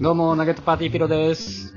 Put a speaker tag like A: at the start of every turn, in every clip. A: どうも、ナゲットパーティーピロです。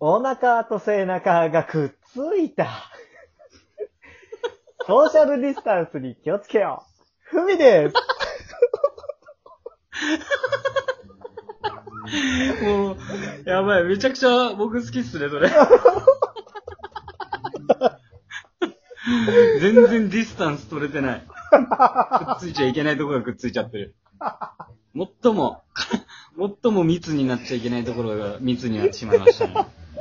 B: お腹と背中がくっついた。 ソーシャルディスタンスに気をつけよう。ふみです。
A: もう、やばい、めちゃくちゃ僕好きっすね、それ。 全然ディスタンス取れてない。くっついちゃいけないところがくっついちゃってる。最も、 最も密になっちゃいけないところが密になってしまいましたね。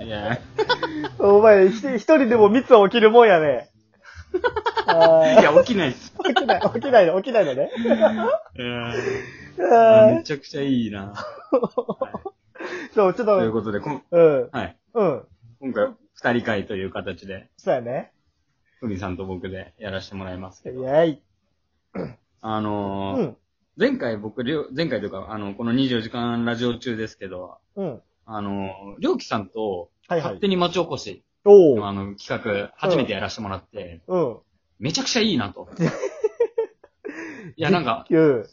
A: いや
B: お前、ひ一人でも密を起きるもんやね。あ
A: い
B: ー
A: や、起きないっす。
B: 起きない、起きないの、起きないのね。
A: いや
B: あー
A: めちゃくちゃいいな。
B: そう、ちょっ
A: という
B: と、
A: ことで、こん
B: うん、
A: はい、
B: うん、
A: 今回、二人会という形で、
B: そうやね。
A: 海さんと僕でやらせてもらいますけ
B: イ
A: ど。
B: ェイ。
A: あ
B: う
A: のー
B: ん、
A: 前回僕、りょう前回というか、あの、この24時間ラジオ中ですけど、
B: うん。
A: あの、りょうきさんと、
B: はいは
A: 勝
B: い
A: 手。に町おこし
B: お
A: の
B: ー
A: あの企画、初めてやらせてもらって、
B: うん。
A: めちゃくちゃいいな と。いや、なんか、
B: うん。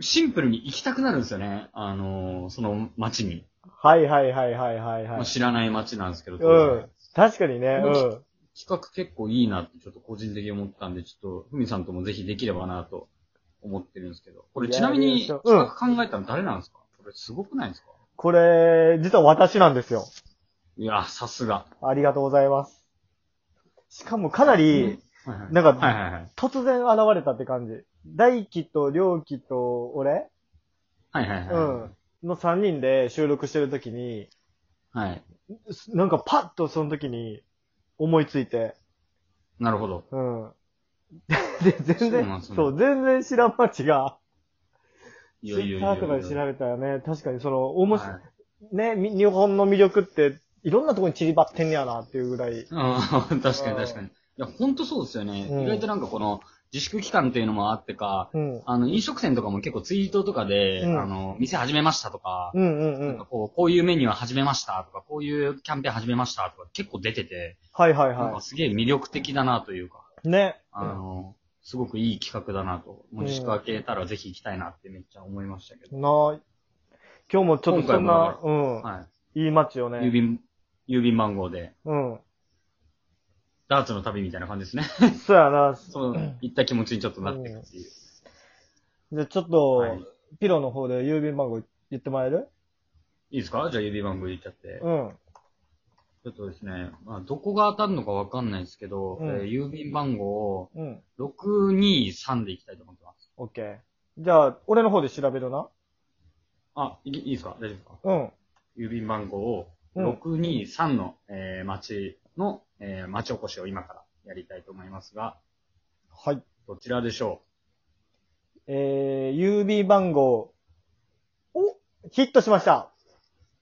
A: シンプルに行きたくなるんですよね。あの、その町に。
B: はいはいはいはいはいは
A: まあ
B: い。
A: 知らない町なんですけど、当
B: う
A: 然
B: ん。確かにね、う
A: うん
B: ん。
A: 企画結構いいなって、ちょっと個人的に思ったんで、ちょっと、ふみさんともぜひできればなと思ってるんですけど。これちなみ
B: いやいい
A: に、
B: でしょ
A: 企画考えたの誰なんですかこれすごくないですか
B: これ、実は私なんですよ。
A: いや、さすが。
B: ありがとうございます。しかもかなり、
A: はいはい
B: なんか
A: はいはいはい。
B: 突然現れたって感じ。大輝と良輝と俺、
A: はいはいはい。
B: うん。の3人で収録してる時に、
A: はい。
B: すなんかパッとその時に思いついて、
A: なるほど。
B: うん。 で、全
A: そうなん
B: 然、
A: です
B: そ
A: ね
B: う全然知らん街が、
A: い
B: ツ
A: やいや
B: イッ
A: い
B: タ
A: や
B: ーとかで調べたらね、確かにその、おもし、
A: はい
B: ね、み日本の魅力って、いろんなとこに散りばってんねやなっていうぐらい、
A: うん、 確かに確かに。いや、ほんとそうですよね。
B: うん
A: 意外となんかこの、自粛期間っていうのもあってか、
B: うん。
A: あの、飲食店とかも結構ツイートとかで、
B: うん
A: あの、店始めましたとか、
B: うんうんう
A: なんか
B: ん。
A: こう、こういうメニュー始めましたとか、こういうキャンペーン始めましたとか、結構出てて、
B: はいはい
A: なんか
B: は
A: すげえ魅力的だなというか、
B: い。ね。
A: あの、すごくいい企画だなと、もう自粛明けたらぜひ行きたいなってめっちゃ思いましたけど。
B: なあ今日もちょっとそんな
A: 今、
B: うん、、
A: はい
B: い街を
A: い。郵
B: ね。
A: 便、郵便番号で、
B: うん。
A: ダーツの旅みたいな感じ ですね。
B: そうやな。
A: その、行った気持ちにちょっとなっていくっていう。
B: じゃあちょっと、
A: はい。い
B: ピロの方で郵便番号言ってもらえる
A: いですかじゃあ指番号言っちゃって。
B: うん。
A: ちょっとですね、まあ、どこが当たるのかわかんないですけど、
B: うん
A: えー郵便番号を
B: うん。
A: 623でいきたいと思ってます。
B: オッケー。じゃあ、俺の方で調べるな。
A: あ、いいいですか大丈夫ですか
B: うん。
A: 郵便番号を
B: うん
A: 623の、えー町の、えー町おこしを今からやりたいと思いますが、
B: はい。
A: どちらでしょ
B: えー、郵便番号、おヒットしました。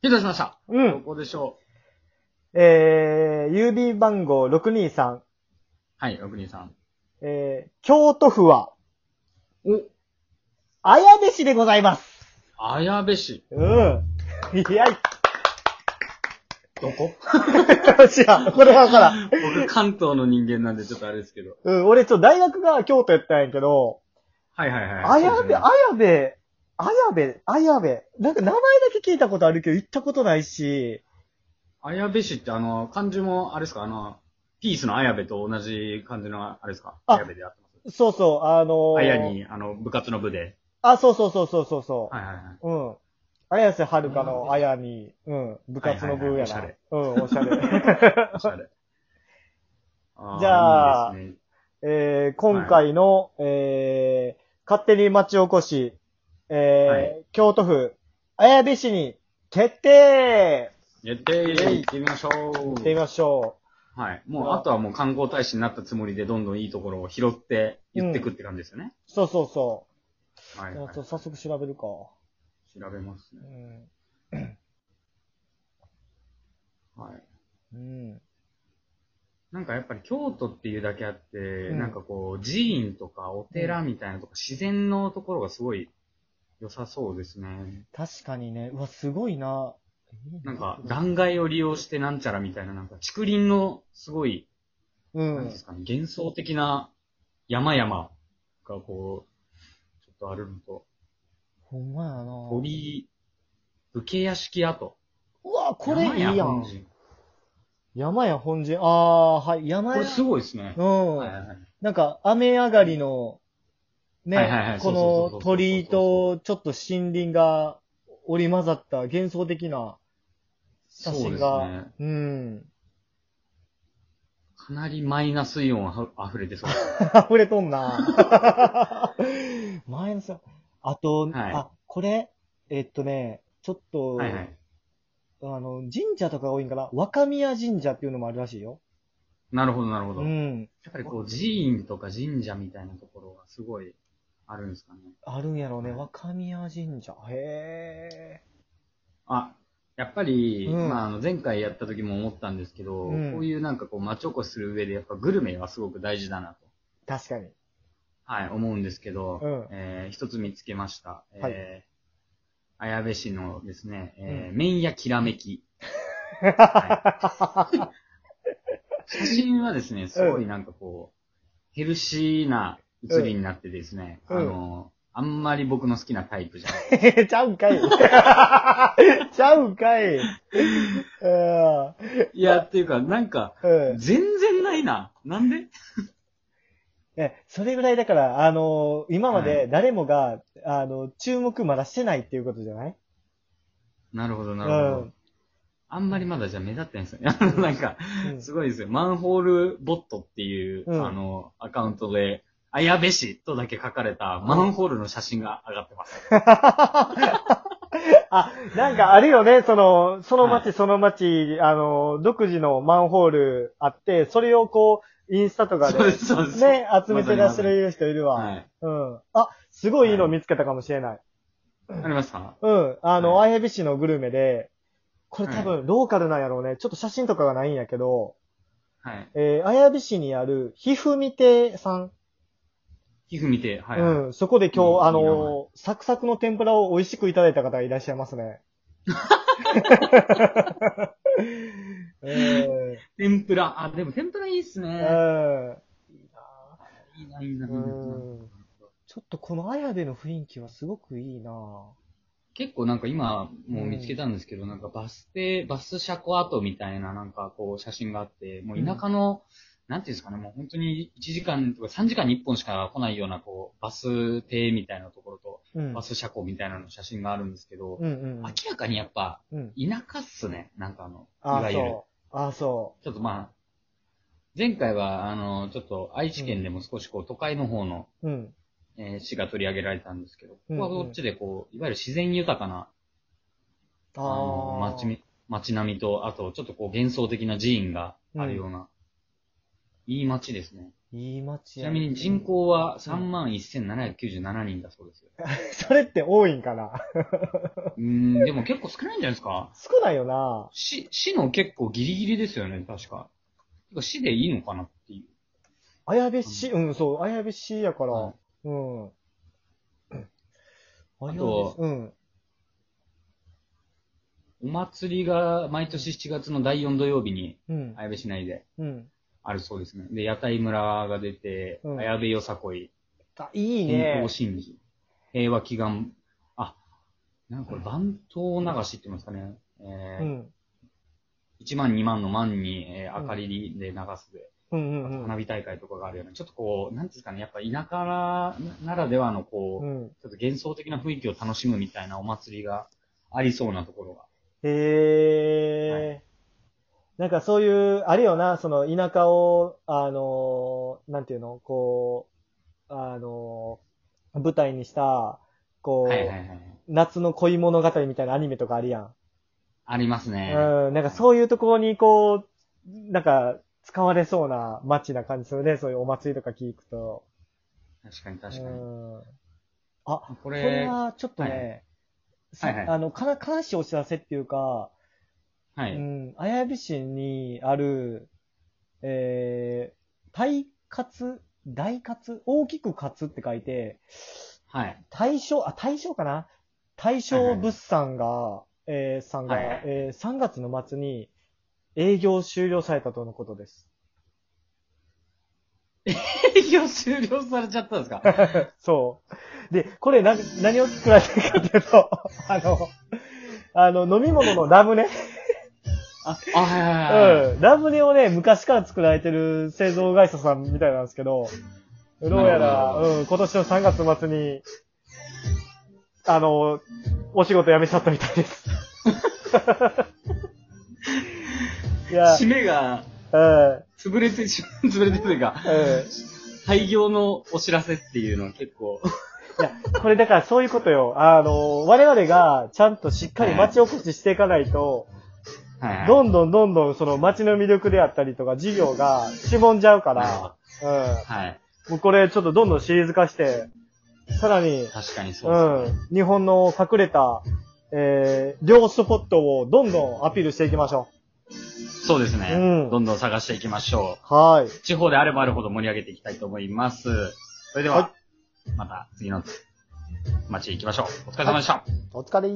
A: うヒットしました、
B: う
A: ど
B: ん。
A: こでしょう
B: えー、郵便番号623、
A: はい、623。
B: えー、京都府は、
A: お
B: 綾部市でございます。
A: 綾部市。
B: うん。 いやい、
A: どこ
B: 知らん。これはわからん。
A: 僕 関東の人間なんでちょっとあれですけど。
B: うん、俺、ちょ、大学が京都やったんやけど、
A: はいはいはい。
B: あや
A: そう
B: べ、
A: です
B: あ
A: ね
B: やべ、あやべ、あやべ。なんか名前だけ聞いたことあるけど、行ったことないし、
A: 綾部市ってあの、漢字も、あれですか、あの、ピースの綾部と同じ漢字の、あれですか、
B: あ
A: 綾部であってます。
B: そうそう、あのー、
A: 綾。に、あの、部活の部で。
B: あ、そうそうそうそうそうそう。
A: はいはいはい。
B: うん。綾瀬はるかのあやに、うん、部活の部やな。
A: はいはい
B: うん、おしゃれ。
A: おしゃれ。あー
B: じゃあ
A: いいですね
B: えー、今回の、えー、勝手に町おこし、えー、
A: はい
B: 京都府、綾部市に決定
A: やって
B: えい
A: 行ってみましょ
B: 行ってみ
A: う。
B: ましょ
A: はい。もう、あとはもう観光大使になったつもりで、どんどんいいところを拾って、言ってくって感じですよね。
B: う。そうそうそ
A: は
B: う。
A: い、
B: じゃ
A: は
B: あ
A: い。
B: ち
A: 調
B: ょっと早速調べるか。
A: べますね。
B: うん
A: はい。
B: うん。
A: なんかやっぱり京都っていうだけあって、
B: ん
A: なんかこう、寺院とかお寺みたいなとか、自然のところがすごい良さそうですね。
B: 確かにね。うわ、すごいな。
A: なんか、断崖を利用してなんちゃらみたいな、なんか、竹林のすごい、
B: う
A: なん
B: ん
A: です。かね、幻想的な山々がこう、ちょっとあるのと、
B: ほんまやな。
A: 鳥、武家屋敷跡。
B: うわ、これいいや
A: 山本
B: ん。
A: 陣
B: 山や本陣。あー、はい、
A: こ
B: 山
A: れ
B: や。
A: すごいですね。
B: うん。
A: はいはいはい
B: なんか、雨上がりの、ね、
A: はいはいはい
B: こ
A: そうそうそうそうそう
B: の鳥居と、ちょっと森林が織り混ざった幻想的な
A: そ
B: 写
A: う
B: 真
A: です
B: が。
A: ね。
B: うん。
A: かなりマイナスイオンあふれてそう。
B: 溢れと んな。前のさ、あと、
A: はい
B: あ、これ、えっとね、ちょっと、
A: はいはい。
B: あの、神社とかが多いんかな若宮神社っていうのもあるらしいよ。
A: なるほど、なるほど。
B: う
A: や
B: ん。
A: っぱりこう、寺院とか神社みたいなところがすごいあるんですかね。
B: あるんやろうね。
A: はい
B: 若宮神社。へ
A: あ、やっぱり、
B: うん
A: まあ、あの、前回やった時も思ったんですけど、
B: うん
A: こういうなんかこう、町おこしする上で、やっぱグルメはすごく大事だなと、
B: ー。確かに。
A: はい、思うんですけど、
B: うん
A: えー一つ見つけました。
B: はい
A: えー綾部市のですね、えー
B: う
A: 麺屋きらめき。はい写真はですね、すごいなんかこう、ヘルシーな写りになってですね、
B: うん
A: あの、あんまり僕の好きなタイプじゃない。
B: ちゃうんかい。 ちゃうんかい。 うん
A: いや、っていうか、なんか、
B: うん。
A: 全然ないな。なんで
B: え、それぐらいだから、あの今ま
A: は
B: で誰もが、あの、注目まだしてないっていうことじゃない
A: なるほど、なるほど。
B: うん
A: あんまりまだじゃあ目立ってないんですよね。あの、なんか、
B: うん
A: すごいですよ。マンホールボットっていう、
B: うん
A: あの、アカウントで、綾部市とだけ書かれたマンホールの写真が上がってます。
B: あ、なんかあるよね、その、その町その町、あの、独自のマンホールあって、それをこう、インスタとかで
A: そうです、そうです。
B: ね、集めてらっしゃる人いるわ。
A: はい。
B: うん。あ、すごいいいの見つけたかもしれない。
A: ありますか
B: うん。あの、
A: は
B: 綾部市のグルメで、これ多分ローカルなんやろうね。ちょっと写真とかがないんやけど、
A: はい。
B: えー、綾部市にある、ひふみ亭さん。
A: 皮膚見て、はい。
B: うん。そこで
A: いい
B: 今
A: ね
B: 日、あ
A: いい名
B: の、サクサクの天ぷらを美味しくいただいた方がいらっしゃいますね。 え
A: 天ぷら。あ、でも天ぷらいいっす
B: ー
A: ね。
B: え
A: いいな、いいな、いいうな。
B: ーんちょっとこの綾部の雰囲気はすごくいいなぁ。
A: 結構なんか今もう見つけたんですけど、なんかバス停、バス車庫跡みたいななんかこう写真があって、もう田舎の、なんていうんですかね、もう本当に1時間とか3時間に1本しか来ないようなこう、バス停みたいなところと、
B: うん。
A: バス車庫みたいなの写真があるんですけど、
B: うんうん
A: 明らかにやっぱ
B: うん。うん。
A: 田舎っすね、なんかあの、い
B: あ
A: わ
B: あ、
A: ゆる。
B: そう。ああ、そ
A: ちょっとまあ、前回はあの、ちょっと愛知県でも少しこう都会の方の、
B: う。うん。
A: えー市が取り上げられたんですけど、ここは
B: うんうん
A: こっちでこう、いわゆる自然豊かな
B: あ
A: あの
B: あ。
A: 街み、街並みと、あと、ちょっとこう幻想的な寺院があるような、いい街ですね。
B: いい街
A: ち
B: や
A: なみに人口は31,797人だそうですよ。
B: それって多いんかな
A: うーん、でも結構少ないんじゃないですか
B: 少ないよな
A: 市、市の結構ギリギリですよね、確か。てか市でいいのかなってい
B: 綾部市、うん、そう、綾部市やから。
A: は
B: うん。
A: と
B: 綾部市うん。
A: う。お祭りが毎年7月の第4土曜日に、
B: うん。
A: 綾部市内で
B: うん。
A: あるそうですね。で、屋台村が出て、
B: うん
A: 綾部よさこい、
B: あ、いい
A: 健
B: ね
A: 康。信じ、平和祈願、あ、なんかこれ、番頭流しって言いますかね。えー
B: うん。
A: 1万、2万の万に、えー明かりで流すで、
B: うんう
A: あと
B: んうん。
A: 花火大会とかがあるような、ちょっとこう、なんていうんですかね、やっぱ田舎なならではのこう、ち
B: うん。
A: ょっと幻想的な雰囲気を楽しむみたいなお祭りがありそうなところが。は
B: へえ。なんかそういう、あれよな、その田舎を、あのー、なんていうのこう、あのー、舞台にした、こ、
A: はいはいうはい。
B: 夏の恋物語みたいなアニメとかあるやん。
A: ありますね。
B: うん、なんかそういうところにこう、なんか使われそうな街な感じするね、そういうお祭りとか聞くと。
A: 確かに確かに。
B: うん。あ、
A: こ
B: こ
A: れ、
B: れはちょっと
A: は
B: ね、さ
A: はいはい
B: あの、か、悲しいお知らせっていうか、
A: は
B: う
A: い。
B: ん、綾部市にある、えー、大活、大活、大きく活って書いて、
A: はい。
B: 大正、あ、大正かな大正物産が、えー、さんが、
A: はいはい
B: えー、3月の末に営業終了されたとのことです。
A: 営業終了されちゃったんですか
B: そう。で、これな、何を作られてるかっていうと、あの、あの、飲み物のラムネ。
A: あ、あ、はいはいはい。
B: うん。ラムネをね、昔から作られてる製造会社さんみたいなんですけど、どうや
A: な
B: ら、
A: るほど
B: うん、今年の3月末に、あの、お仕事辞めちゃったみたい です。いや、
A: 締めが
B: うん、うん。
A: 潰れてし、潰れてというか、廃業のお知らせっていうのは結構、
B: いや、これだからそういうことよ。あの、我々がちゃんとしっかり町おこししていかないと、
A: はいはい
B: どんどんどんどんその町の魅力であったりとか事業がしぼんじゃうから、う
A: はい。
B: ん。もうこれちょっとどんどんシリーズ化して、さらに、
A: 確かにそううですね。
B: ん、日本の隠れた、えー、両スポットをどんどんアピールしていきましょ
A: そうですね、
B: うん
A: どんどん探していきましょ
B: う。はい。
A: う。地方であればあるほど盛り上げていきたいと思います。それでは、
B: は
A: また次の街へ行きましょう。お疲れ様でした。
B: お疲れ。